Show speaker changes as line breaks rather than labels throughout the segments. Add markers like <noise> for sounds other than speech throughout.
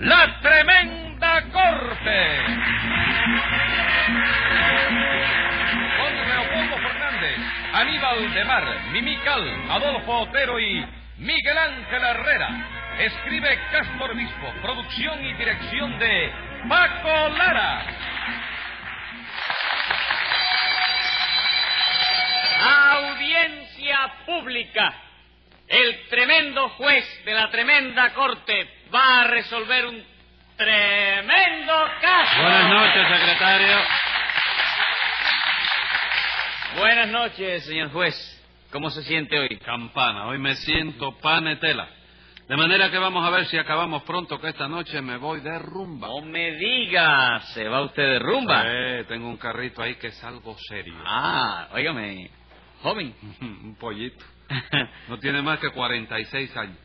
La tremenda corte. Con Leopoldo Fernández, Aníbal de Mar, Mimical, Adolfo Otero y Miguel Ángel Herrera. Escribe Castro Obispo, producción y dirección de Paco Lara.
Audiencia pública. El tremendo juez de la tremenda corte va a resolver un tremendo caso.
Buenas noches, secretario.
Buenas noches, señor juez. ¿Cómo se siente hoy?
Campana, hoy me siento panetela. De manera que vamos a ver si acabamos pronto, que esta noche me voy de rumba.
No me diga, se va usted de rumba.
Eh, tengo un carrito ahí que es algo serio.
Ah, óigame, joven. <laughs>
<laughs> un pollito. No tiene más que 46 años.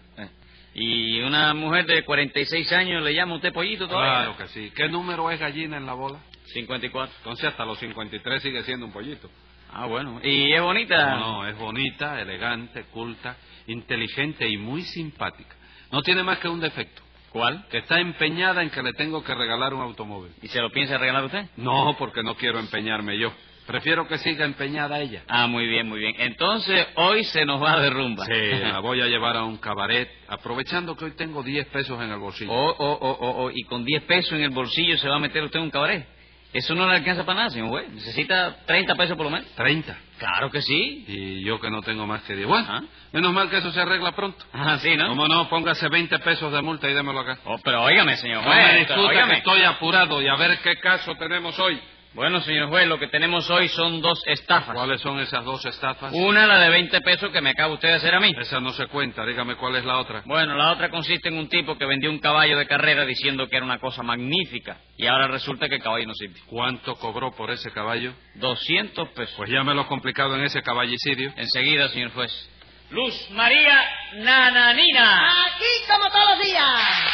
y una mujer de 46 años le llama usted pollito todavía.
Claro que sí. ¿Qué número es gallina en la bola?
54.
Entonces hasta los 53 sigue siendo un pollito.
Ah, bueno. ¿Y es bonita?
No, es bonita, elegante, culta, inteligente y muy simpática. No tiene más que un defecto,
¿Cuál?
que está empeñada en que le tengo que regalar un automóvil.
¿Y se lo piensa regalar usted?
No, porque no quiero empeñarme yo. Prefiero que siga empeñada ella.
Ah, muy bien, muy bien. Entonces, hoy se nos va de rumba.
Sí,
<laughs>
la voy a llevar a un cabaret, aprovechando que hoy tengo 10 pesos en el bolsillo.
Oh, oh, oh, oh, oh, y con 10 pesos en el bolsillo se va a meter usted en un cabaret. Eso no le alcanza para nada, señor juez. Necesita 30 pesos por lo menos.
30.
Claro que sí.
Y yo que no tengo más que 10. Bueno,
Ah.
menos mal que eso se arregla pronto.
Ah, sí, ¿no?
¿Cómo no? Póngase 20 pesos de multa y démelo acá.
Oh, pero óigame, señor
No me
juez.
discuta que
óigame.
estoy apurado y a ver qué caso tenemos hoy.
Bueno, señor juez, lo que tenemos hoy son dos estafas.
¿Cuáles son esas dos estafas?
Una, la de 20 pesos que me acaba usted de hacer a mí.
Esa no se cuenta, dígame cuál es la otra.
Bueno, la otra consiste en un tipo que vendió un caballo de carrera diciendo que era una cosa magnífica. Y ahora resulta que el caballo no sirve.
¿Cuánto cobró por ese caballo?
200 pesos.
Pues ya me lo he complicado en ese caballicidio.
Enseguida, señor juez. Luz María Nananina.
Aquí como todos los días.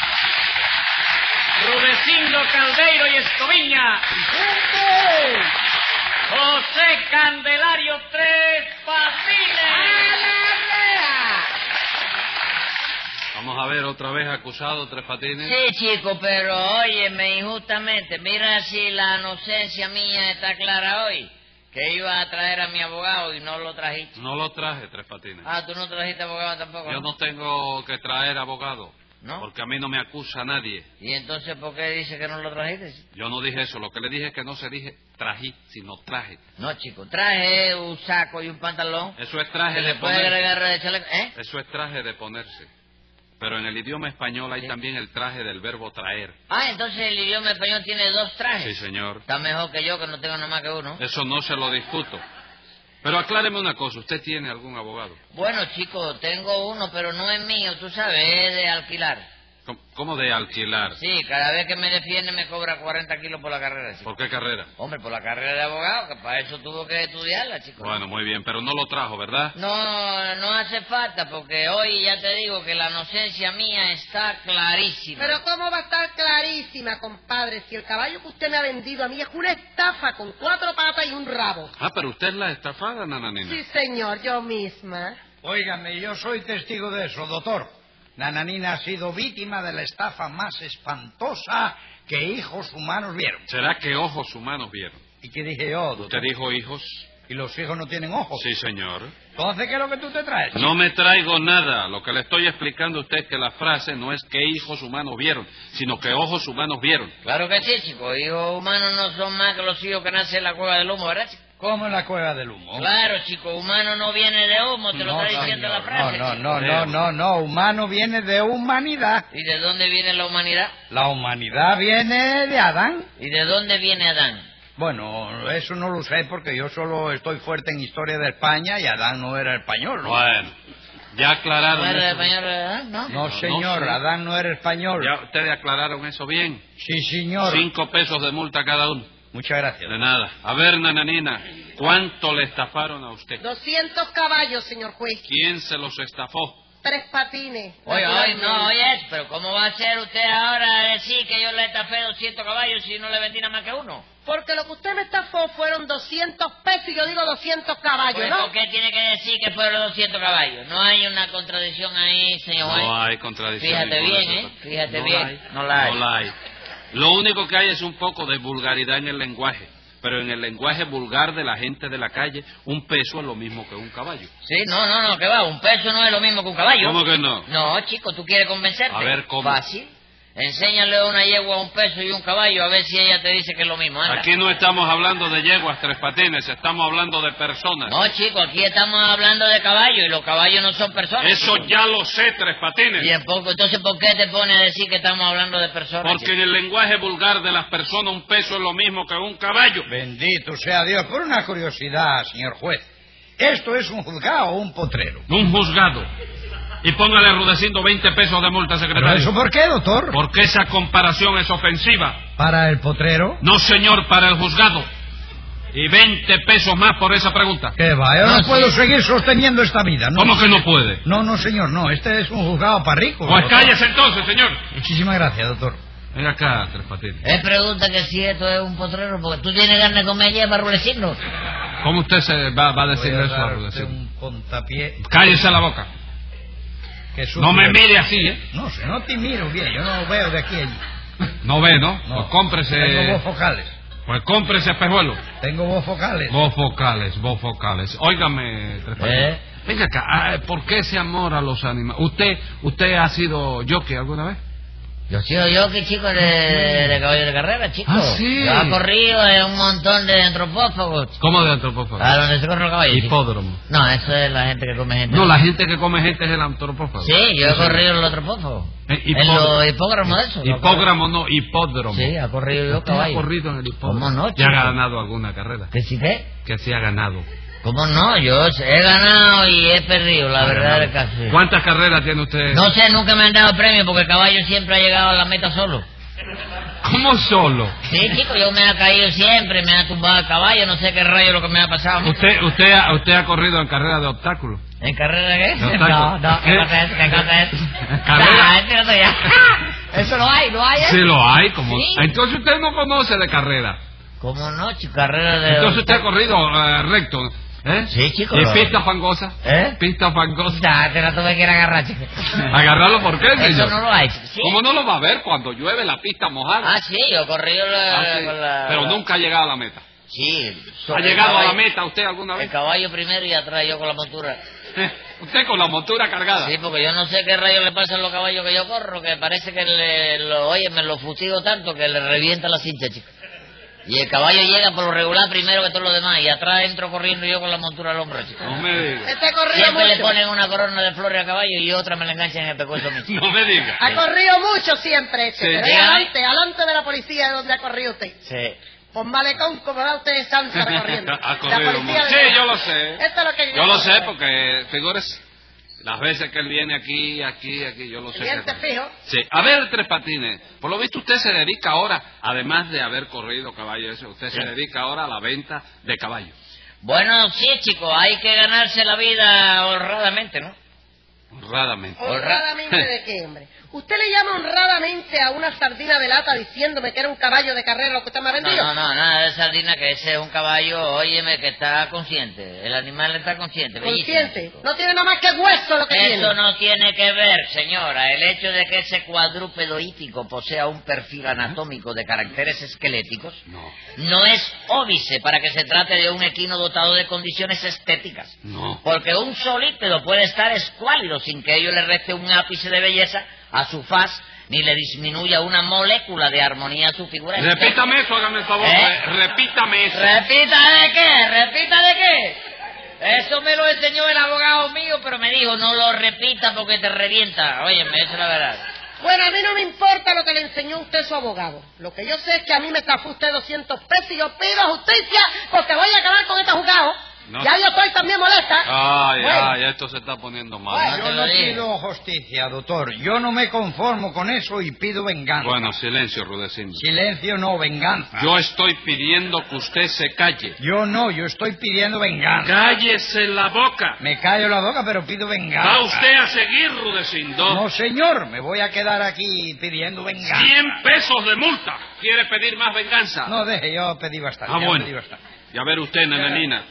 Rudecindo Caldeiro y Escoviña.
¡Gente!
José Candelario Tres Patines.
¡A
Vamos a ver otra vez acusado, Tres Patines.
Sí, chico, pero óyeme injustamente. Mira si la inocencia mía está clara hoy. Que iba a traer a mi abogado y no lo trajiste.
No lo traje, Tres Patines.
Ah, tú no trajiste abogado tampoco.
Yo no tengo que traer abogado.
¿No?
Porque a mí no me acusa nadie.
¿Y entonces por qué dice que no lo trajiste?
Yo no dije eso. Lo que le dije es que no se dije trají, sino traje.
No, chico, traje un saco y un pantalón.
Eso es traje
Se
de
le puede
ponerse.
agregar el chaleco. ¿Eh?
Eso es traje de ponerse. Pero en el idioma español hay
Sí.
también el traje del verbo traer.
Ah, entonces el idioma español tiene dos
Sí,
trajes.
señor.
Está mejor que yo, que no tengo nada más que uno.
Eso no se lo discuto. Pero acláreme una cosa. ¿Usted tiene algún abogado?
Bueno, chico, tengo uno, pero no es mío, tú sabes, es de alquilar.
¿Cómo- ¿Cómo de alquilar?
Sí, cada vez que me defiende me cobra 40 kilos por la carrera, chico.
¿Por qué carrera?
Hombre, por la carrera de abogado, que para eso tuvo que estudiarla, chico.
Bueno, muy bien. Pero no lo trajo, ¿verdad?
No, no hace falta, porque hoy ya te digo que la inocencia mía está clarísima.
Pero cómo va a estar clarísima, compadre, si el caballo que usted me ha vendido a mí es una estafa con cuatro patas y un rabo.
Ah, pero usted es la estafada, nananina.
Sí, señor, yo misma.
Óigame, yo soy testigo de eso, doctor. Nananina ha sido víctima de la estafa más espantosa que hijos humanos vieron.
¿Será que ojos humanos vieron?
¿Y qué dije yo,
¿Usted
doctor?
dijo hijos?
¿Y los hijos no tienen ojos?
Sí, señor.
Entonces, ¿qué es lo que tú te traes?
No me traigo nada. Lo que le estoy explicando a usted es que la frase no es que hijos humanos vieron, sino que ojos humanos vieron.
Claro que sí, chico, hijos humanos no son más que los hijos que nacen en la cueva del humo, ¿verdad, chico?
Como en la cueva del humo.
Claro, chico, humano no viene de humo, te lo
Oh. No,
está
señor.
diciendo la
no,
frase.
no,
chico.
no, no, no, no. Humano viene de humanidad.
¿Y de dónde viene la humanidad?
La humanidad viene de Adán.
¿Y de dónde viene Adán?
Bueno, eso no lo sé porque yo solo estoy fuerte en historia de España y Adán no era español. ¿no?
Bueno, ya
¿No
aclararon
era
eso.
español de Adán? No.
No,
No, no
señor,
sé.
Adán no era español.
Ya ustedes aclararon eso bien.
Sí, señor.
Cinco pesos de multa cada uno.
Muchas gracias.
De nada. A ver, nananina, ¿cuánto le estafaron a usted?
200 caballos, señor juez.
¿Quién se los estafó?
tres patines.
Oye, oye,
naturalmente.
no, oye, esto, pero ¿cómo va a ser usted ahora a decir que yo le estafé 200 caballos si no le vendí nada más que uno?
Porque lo que usted me estafó fueron 200 pesos y Ah, yo digo 200 caballos,
Pues,
¿no?
¿Por qué tiene que decir que fueron 200 caballos? No hay una contradicción ahí, señor juez.
No hay contradicción.
Fíjate
ninguna,
bien,
eso
¿eh?
está-
Fíjate
No
bien.
la hay.
No la hay.
No la hay. Lo único que hay es un poco de vulgaridad en el lenguaje. Pero en el lenguaje vulgar de la gente de la calle, un peso es lo mismo que un caballo.
Sí, no, no, no, que va, un peso no es lo mismo que un caballo.
¿Cómo que no?
No, chico, tú quieres convencerte.
A ver, ¿cómo?
Fácil. Enséñale a una yegua un peso y un caballo a ver si ella te dice que es lo mismo. Anda.
Aquí no estamos hablando de yeguas, tres patines, estamos hablando de personas.
No, chico, aquí estamos hablando de caballos y los caballos no son personas.
Eso
chico.
ya lo sé, tres patines.
Bien, poco. Entonces, ¿por qué te pone a decir que estamos hablando de personas?
Porque
chico?
en el lenguaje vulgar de las personas un peso es lo mismo que un caballo.
Bendito sea Dios. Por una curiosidad, señor juez. ¿Esto es un juzgado o un potrero?
Un juzgado. Y póngale a Rudecindo 20 pesos de multa,
¿Pero
secretario.
eso por qué, doctor?
Porque esa comparación es ofensiva.
¿Para el potrero?
No, señor, para el juzgado. Y 20 pesos más por esa pregunta.
¿Qué va? Yo
No,
no,
sí.
puedo seguir sosteniendo esta vida, ¿no?
¿Cómo que no puede?
No, no, señor, no. Este es un juzgado para ricos.
Pues
doctor.
cállese entonces, señor.
Muchísimas gracias, doctor.
Venga acá, Tres Patines.
Él pregunta que si esto es un potrero, porque tú tienes ganas de comer hierba, Rulecino.
¿Cómo usted se va, va a
Voy
decir
a
eso a
dar usted
Rudecindo?
un puntapié
Cállese la boca.
que sufre.
No me mire así, ¿eh?
No sé, no te miro bien. Yo no veo de aquí a allí.
No ve, ¿no?
No.
Pues cómprese...
Tengo voz focales.
Pues cómprese espejuelo.
Tengo voz focales.
Vos focales, vos focales. Óigame, Tres Patines.
¿Eh?
Venga acá, ah, ¿por qué ese amor a los animales? ¿Usted usted ha sido jockey alguna vez?
Yo sí, yo que chico de, de caballo de carrera, chico.
Ah, sí.
Yo he corrido en un montón de antropófagos.
¿Cómo de antropófago?
Ah,
¿A donde se corre el caballo? chico.
Hipódromo.
No, eso es la gente que come gente.
No, la gente que come gente es el antropófago.
Sí, yo he corrido en los antropófagos.
Eh, hipó-
En los hipógramos de eso.
Hipógramo no, hipódromo.
Sí, ha corrido yo
¿Usted ha
caballo.
corrido en el hipódromo?
¿Cómo no,
¿Ya ha
chico?
ganado alguna carrera?
¿Que sí qué?
Que sí ha ganado.
¿Cómo no? Yo he ganado y he perdido, la
Ha
verdad es que
ganado.
así.
¿Cuántas carreras tiene usted?
No sé, nunca me han dado premio porque el caballo siempre ha llegado a la meta solo.
¿Cómo solo?
Sí, chico, yo me ha caído siempre, me ha tumbado el caballo, no sé qué rayo es lo que me ha pasado.
¿Usted usted ha, usted ha corrido en carreras de obstáculos?
¿En carrera qué?
No,
No,
taco.
no, ¿qué
¿Eh?
cosa es? ¿Qué cosa es?
Carrera.
Ah, espérate
<laughs>
ya. Eso no hay, no hay. ¿eh?
Sí, lo hay. como Ah,
Sí.
Entonces usted no conoce de carrera.
¿Cómo no, chico? Carrera de...
Entonces usted ha corrido eh, recto, ¿eh?
Sí, chico,
¿Y
lo-
pista fangosa?
¿Eh?
¿Pista fangosa?
Ya, te la tuve que ir a agarrar, chico.
¿Agarrarlo por qué, señor?
Eso no lo hay, chico. Sí.
¿Cómo no lo va a ver cuando llueve la pista mojada?
Ah, sí, yo corrí la,
Ah, sí.
con la...
Pero nunca ha llegado a la meta.
Sí.
¿Ha
sobre el
llegado a la
caballo-
meta usted alguna
El
vez?
caballo primero y atrás yo con la montura.
<laughs> usted con la montura cargada.
Sí, porque yo no sé qué rayo le pasa a los caballos que yo corro, que parece que le, lo, oye, me lo fustigo tanto que le revienta la cinta, chico. Y el caballo llega por lo regular primero que todos los demás, y atrás entro corriendo yo con la montura al hombro, chico.
No me diga.
Este ha corrido
Siempre le
mucho.
ponen una corona de flores a caballo y otra me la enganchan en el pecuezo mío.
<laughs> No me diga.
Ha corrido mucho siempre este.
Sí.
Pero
Dígame.
adelante, adelante de la policía de donde ha corrido usted.
Sí.
Por malecón, como va usted de Sansa recorriendo.
<laughs> Ha
La
corrido
policía
mucho.
de-
Sí, yo lo sé.
Esto es lo que
Yo lo sé porque, figúrese, las veces que él viene aquí, aquí, aquí, yo lo sé.
Cliente
que-
fijo.
Sí. A ver, Tres Patines, por lo visto usted se dedica ahora, además de haber corrido caballo eso, usted se dedica ahora a la venta de caballos.
Bueno, sí, chico, hay que ganarse la vida honradamente, ¿no?
Honradamente.
¿Honradamente de qué, hombre? ¿Usted le llama honradamente a una sardina de lata diciéndome que era un caballo de carrera lo que usted me ha
No,
vendido?
no, no, nada de sardina, que ese es un caballo, óyeme, que está consciente. El animal está consciente, bellísimo,
Consciente.
chico.
No tiene nada más que hueso lo que tiene.
Eso no tiene que ver, señora. El hecho de que ese cuadrúpedo hípico posea un perfil anatómico de caracteres esqueléticos
Oh.
No,
no es óbice para que se trate de un equino dotado de condiciones estéticas.
no.
Porque un solípedo puede estar escuálido sin que ello le reste un ápice de belleza a su faz ni le disminuya una molécula de armonía a su figura.
Repítame eso, hágame el favor.
¿Eh?
re- Repítame eso.
¿Repita de qué? ¿Repita de qué? Eso me lo enseñó el abogado mío, pero me dijo, no lo repita porque te revienta. Óyeme, esa es la verdad.
Bueno, a mí no me importa lo que le enseñó usted su abogado. Lo que yo sé es que a mí me estafó usted 200 pesos y yo pido justicia porque voy a acabar con este juzgado.
No. Ah.
Ya yo estoy también molesta.
Ay,
Bueno,
ay, esto se está poniendo mal.
Bueno. te
Yo
lo
no
digo.
pido justicia, doctor. Yo no me conformo con eso y pido venganza.
Bueno, silencio, Rudecindo.
Silencio no, venganza.
Yo estoy pidiendo que usted se calle.
Yo no, yo estoy pidiendo venganza.
¡Cállese la boca!
Me callo la boca, pero pido venganza.
¿Va usted a seguir, Rudecindo?
No, señor, me voy a quedar aquí pidiendo venganza.
100 pesos de multa. ¿Quiere pedir más venganza?
No, deje, yo pedí bastante.
ah,
yo
bueno.
pedí bastante.
Y a ver usted, nananina,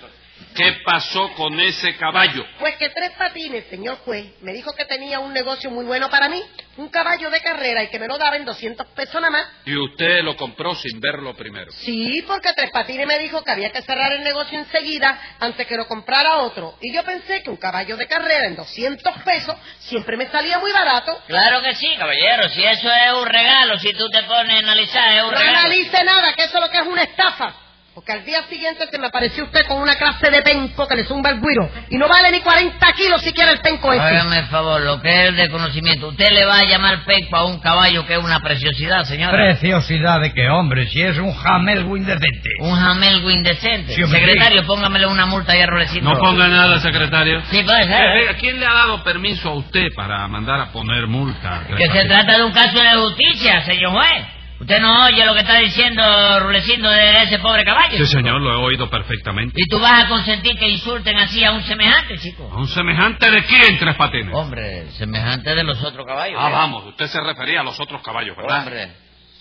¿qué pasó con ese caballo?
Pues que tres patines, señor juez, me dijo que tenía un negocio muy bueno para mí, un caballo de carrera y que me lo daba en 200 pesos nada más.
Y usted lo compró sin verlo primero.
Sí, porque Tres Patines me dijo que había que cerrar el negocio enseguida antes que lo comprara otro. Y yo pensé que un caballo de carrera en 200 pesos siempre me salía muy barato.
Claro que sí, caballero. Si eso es un regalo, si tú te pones a analizar, es un
No
regalo.
analice nada, que eso lo que es una estafa. Porque al día siguiente se me apareció usted con una clase de penco que le zumba el buiro. Y no vale ni 40 kilos siquiera el penco
pues.
este. ese.
Hágame el favor, lo que es de conocimiento. ¿Usted le va a llamar peco a un caballo que es una preciosidad, señora?
Preciosidad de que, hombre, si es un jamelgo indecente.
Un jamelgo indecente.
Sí, hombre,
Secretario, póngamele una multa y a Rolecito.
nada, secretario.
Sí, puede ser. ¿eh?
¿Quién le ha dado permiso a usted para mandar a poner multa?
Que se trata de un caso de justicia, señor juez. Usted no oye lo que está diciendo Rulecindo de ese pobre caballo.
Sí, señor, lo he oído perfectamente.
Y tú vas a consentir que insulten así a un semejante, chico.
¿A ¿Un semejante de quién, Tres Patines?
Hombre, semejante de los otros caballos.
Ah,
¿eh?
vamos, usted se refería a los otros caballos, ¿verdad?
Hombre.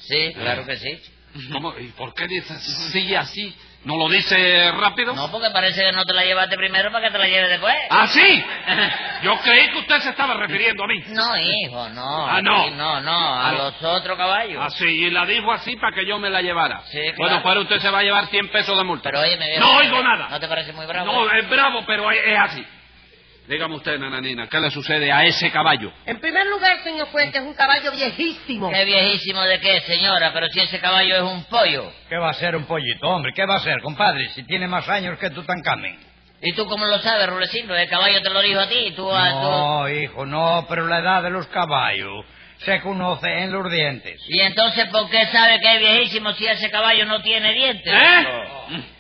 Sí, claro que sí.
¿Cómo? ¿Y por qué dice así, así? ¿No lo dice rápido?
No, porque parece que no te la llevaste primero para que te la lleves después.
¿Ah, sí? Yo creí que usted se estaba refiriendo a mí.
No, hijo, no.
Ah, no.
Sí, No, no, Ah, a
Ah, no.
los otros caballos.
Así, Ah, y la dijo así para que yo me la llevara.
Sí, claro.
Bueno, para usted se va a llevar 100 pesos de multa.
Pero oye, me
No oigo nada.
¿No eh, te parece muy bravo?
No, es bravo, pero es es así. Dígame usted, nananina, ¿qué le sucede a ese caballo?
En primer lugar, señor juez, que es un caballo viejísimo.
Qué viejísimo de qué, señora, pero si ese caballo es un pollo.
¿Qué va a ser un pollito, hombre? ¿Qué va a ser, compadre? Si tiene más años que Tutankamen.
¿Y tú cómo lo sabes, Rulecindo? El caballo te lo dijo a ti,
Oh,
tú a tú-
No, hijo, no, pero la edad de los caballos se conoce en los dientes.
¿Y entonces por qué sabe que es viejísimo si ese caballo no tiene dientes?
¿Eh?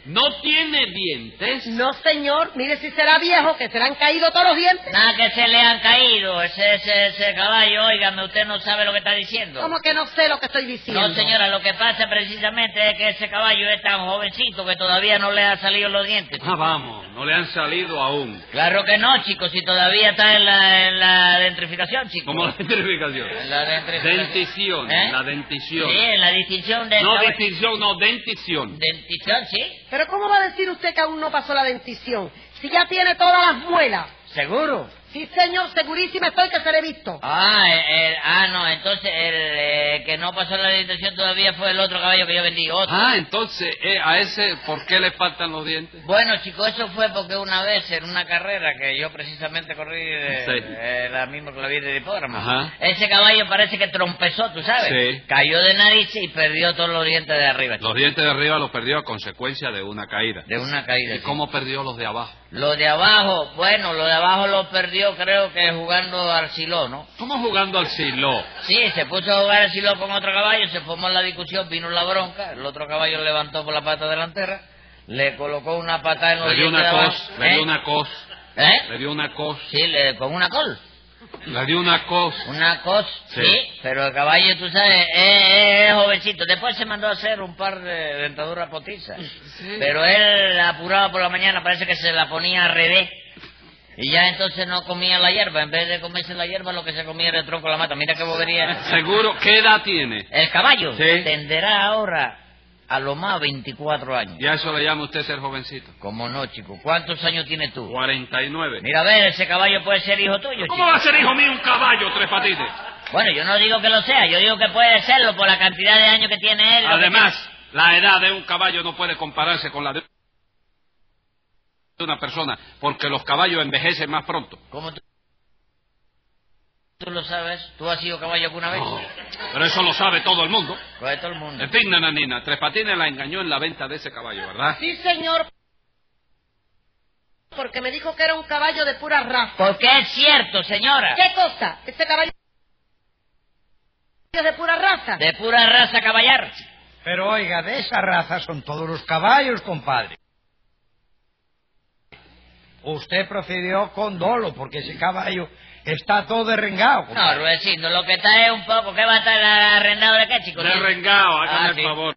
¿No tiene dientes?
No, señor, mire si será viejo, que se le han caído todos los dientes.
Nada que se le han caído. Ese, ese, ese caballo, óigame, usted no sabe lo que está diciendo.
¿Cómo que no sé lo que estoy diciendo?
No, señora, lo que pasa precisamente es que ese caballo es tan jovencito que todavía no le han salido los dientes.
Ah, vamos, no le han salido aún.
Claro que no, chicos, si todavía está en la, en la dentrificación, chicos.
Como la identificación.
En la dentrificación.
Dentición,
¿Eh?
la dentición.
Sí, en la distinción de...
No dentición, no dentición.
Dentición, sí,
Pero ¿cómo va a decir usted que aún no pasó la dentición? Si ya tiene todas las muelas.
seguro.
Sí, señor, segurísima estoy que se le he visto.
Ah, el- el- ah, no, entonces el eh, que no pasó la dentición todavía fue el otro caballo que yo vendí, otro.
Ah, entonces, eh, a ese, ¿por qué le faltan los dientes?
Bueno, chicos, eso fue porque una vez en una carrera que yo precisamente corrí eh,
Sí.
eh, la misma que la vi de hipódromo,
Ajá.
ese caballo parece que trompezó, tú sabes,
Sí.
cayó de nariz y perdió todos los dientes de arriba, chico,
Los dientes de arriba los perdió a consecuencia de una caída.
de una caída.
¿Y
chico.
cómo perdió los de abajo?
Lo de abajo, bueno, lo de abajo lo perdió creo que jugando al siló, ¿no?
¿Cómo jugando al silo?
Sí, se puso a jugar al siló con otro caballo, se formó la discusión, vino la bronca, el otro caballo lo levantó por la pata delantera, le colocó una patada en los
Le dio una
dientes de
cos,
abajo,
le dio
¿eh?
una cos,
¿Eh?
le dio una cos,
Sí, le- con una col.
le dio una cos.
Una cosa,
Sí.
sí. pero el caballo, tú sabes, es, es- es jovencito. Después se mandó a hacer un par de dentaduras potizas. Pero él, apurado por la mañana, parece que se la ponía al revés. Y ya entonces no comía la hierba. En vez de comerse la hierba, lo que se comía era el tronco de la mata. Mira qué bobería.
Seguro, ¿qué edad tiene?
El caballo
Sí.
tenderá ahora a lo más 24 años.
Y a eso le llama usted ser jovencito.
¿Cómo no, chico? ¿Cuántos años tienes tú?
49.
Mira, a ver, ese caballo puede ser hijo tuyo,
¿Cómo
chico.
va a ser hijo mío un caballo, tres patines?
Bueno, yo no digo que lo sea, yo digo que puede serlo por la cantidad de años que tiene él. lo que
Además, la edad de un caballo no puede compararse con la de una persona, porque los caballos envejecen más pronto.
tiene. ¿Cómo tú? tú lo sabes? ¿Tú has sido caballo alguna vez?
No, pero eso lo sabe todo el mundo.
Pues todo el mundo.
En fin, nananina, Tres Patines la engañó en la venta de ese caballo, ¿verdad?
Sí, señor. Porque me dijo que era un caballo de pura raza.
Porque es cierto, señora.
¿Qué cosa? Este caballo es de pura raza.
De pura raza caballar.
Pero oiga, de esa raza son todos los caballos, compadre. Usted profirió con dolo porque ese caballo está todo derrengado.
No, Rudecindo, lo que está es un poco... ¿Qué va a estar arrendado de qué, chico?
Derrengado, hágame
Ah,
el
sí.
favor.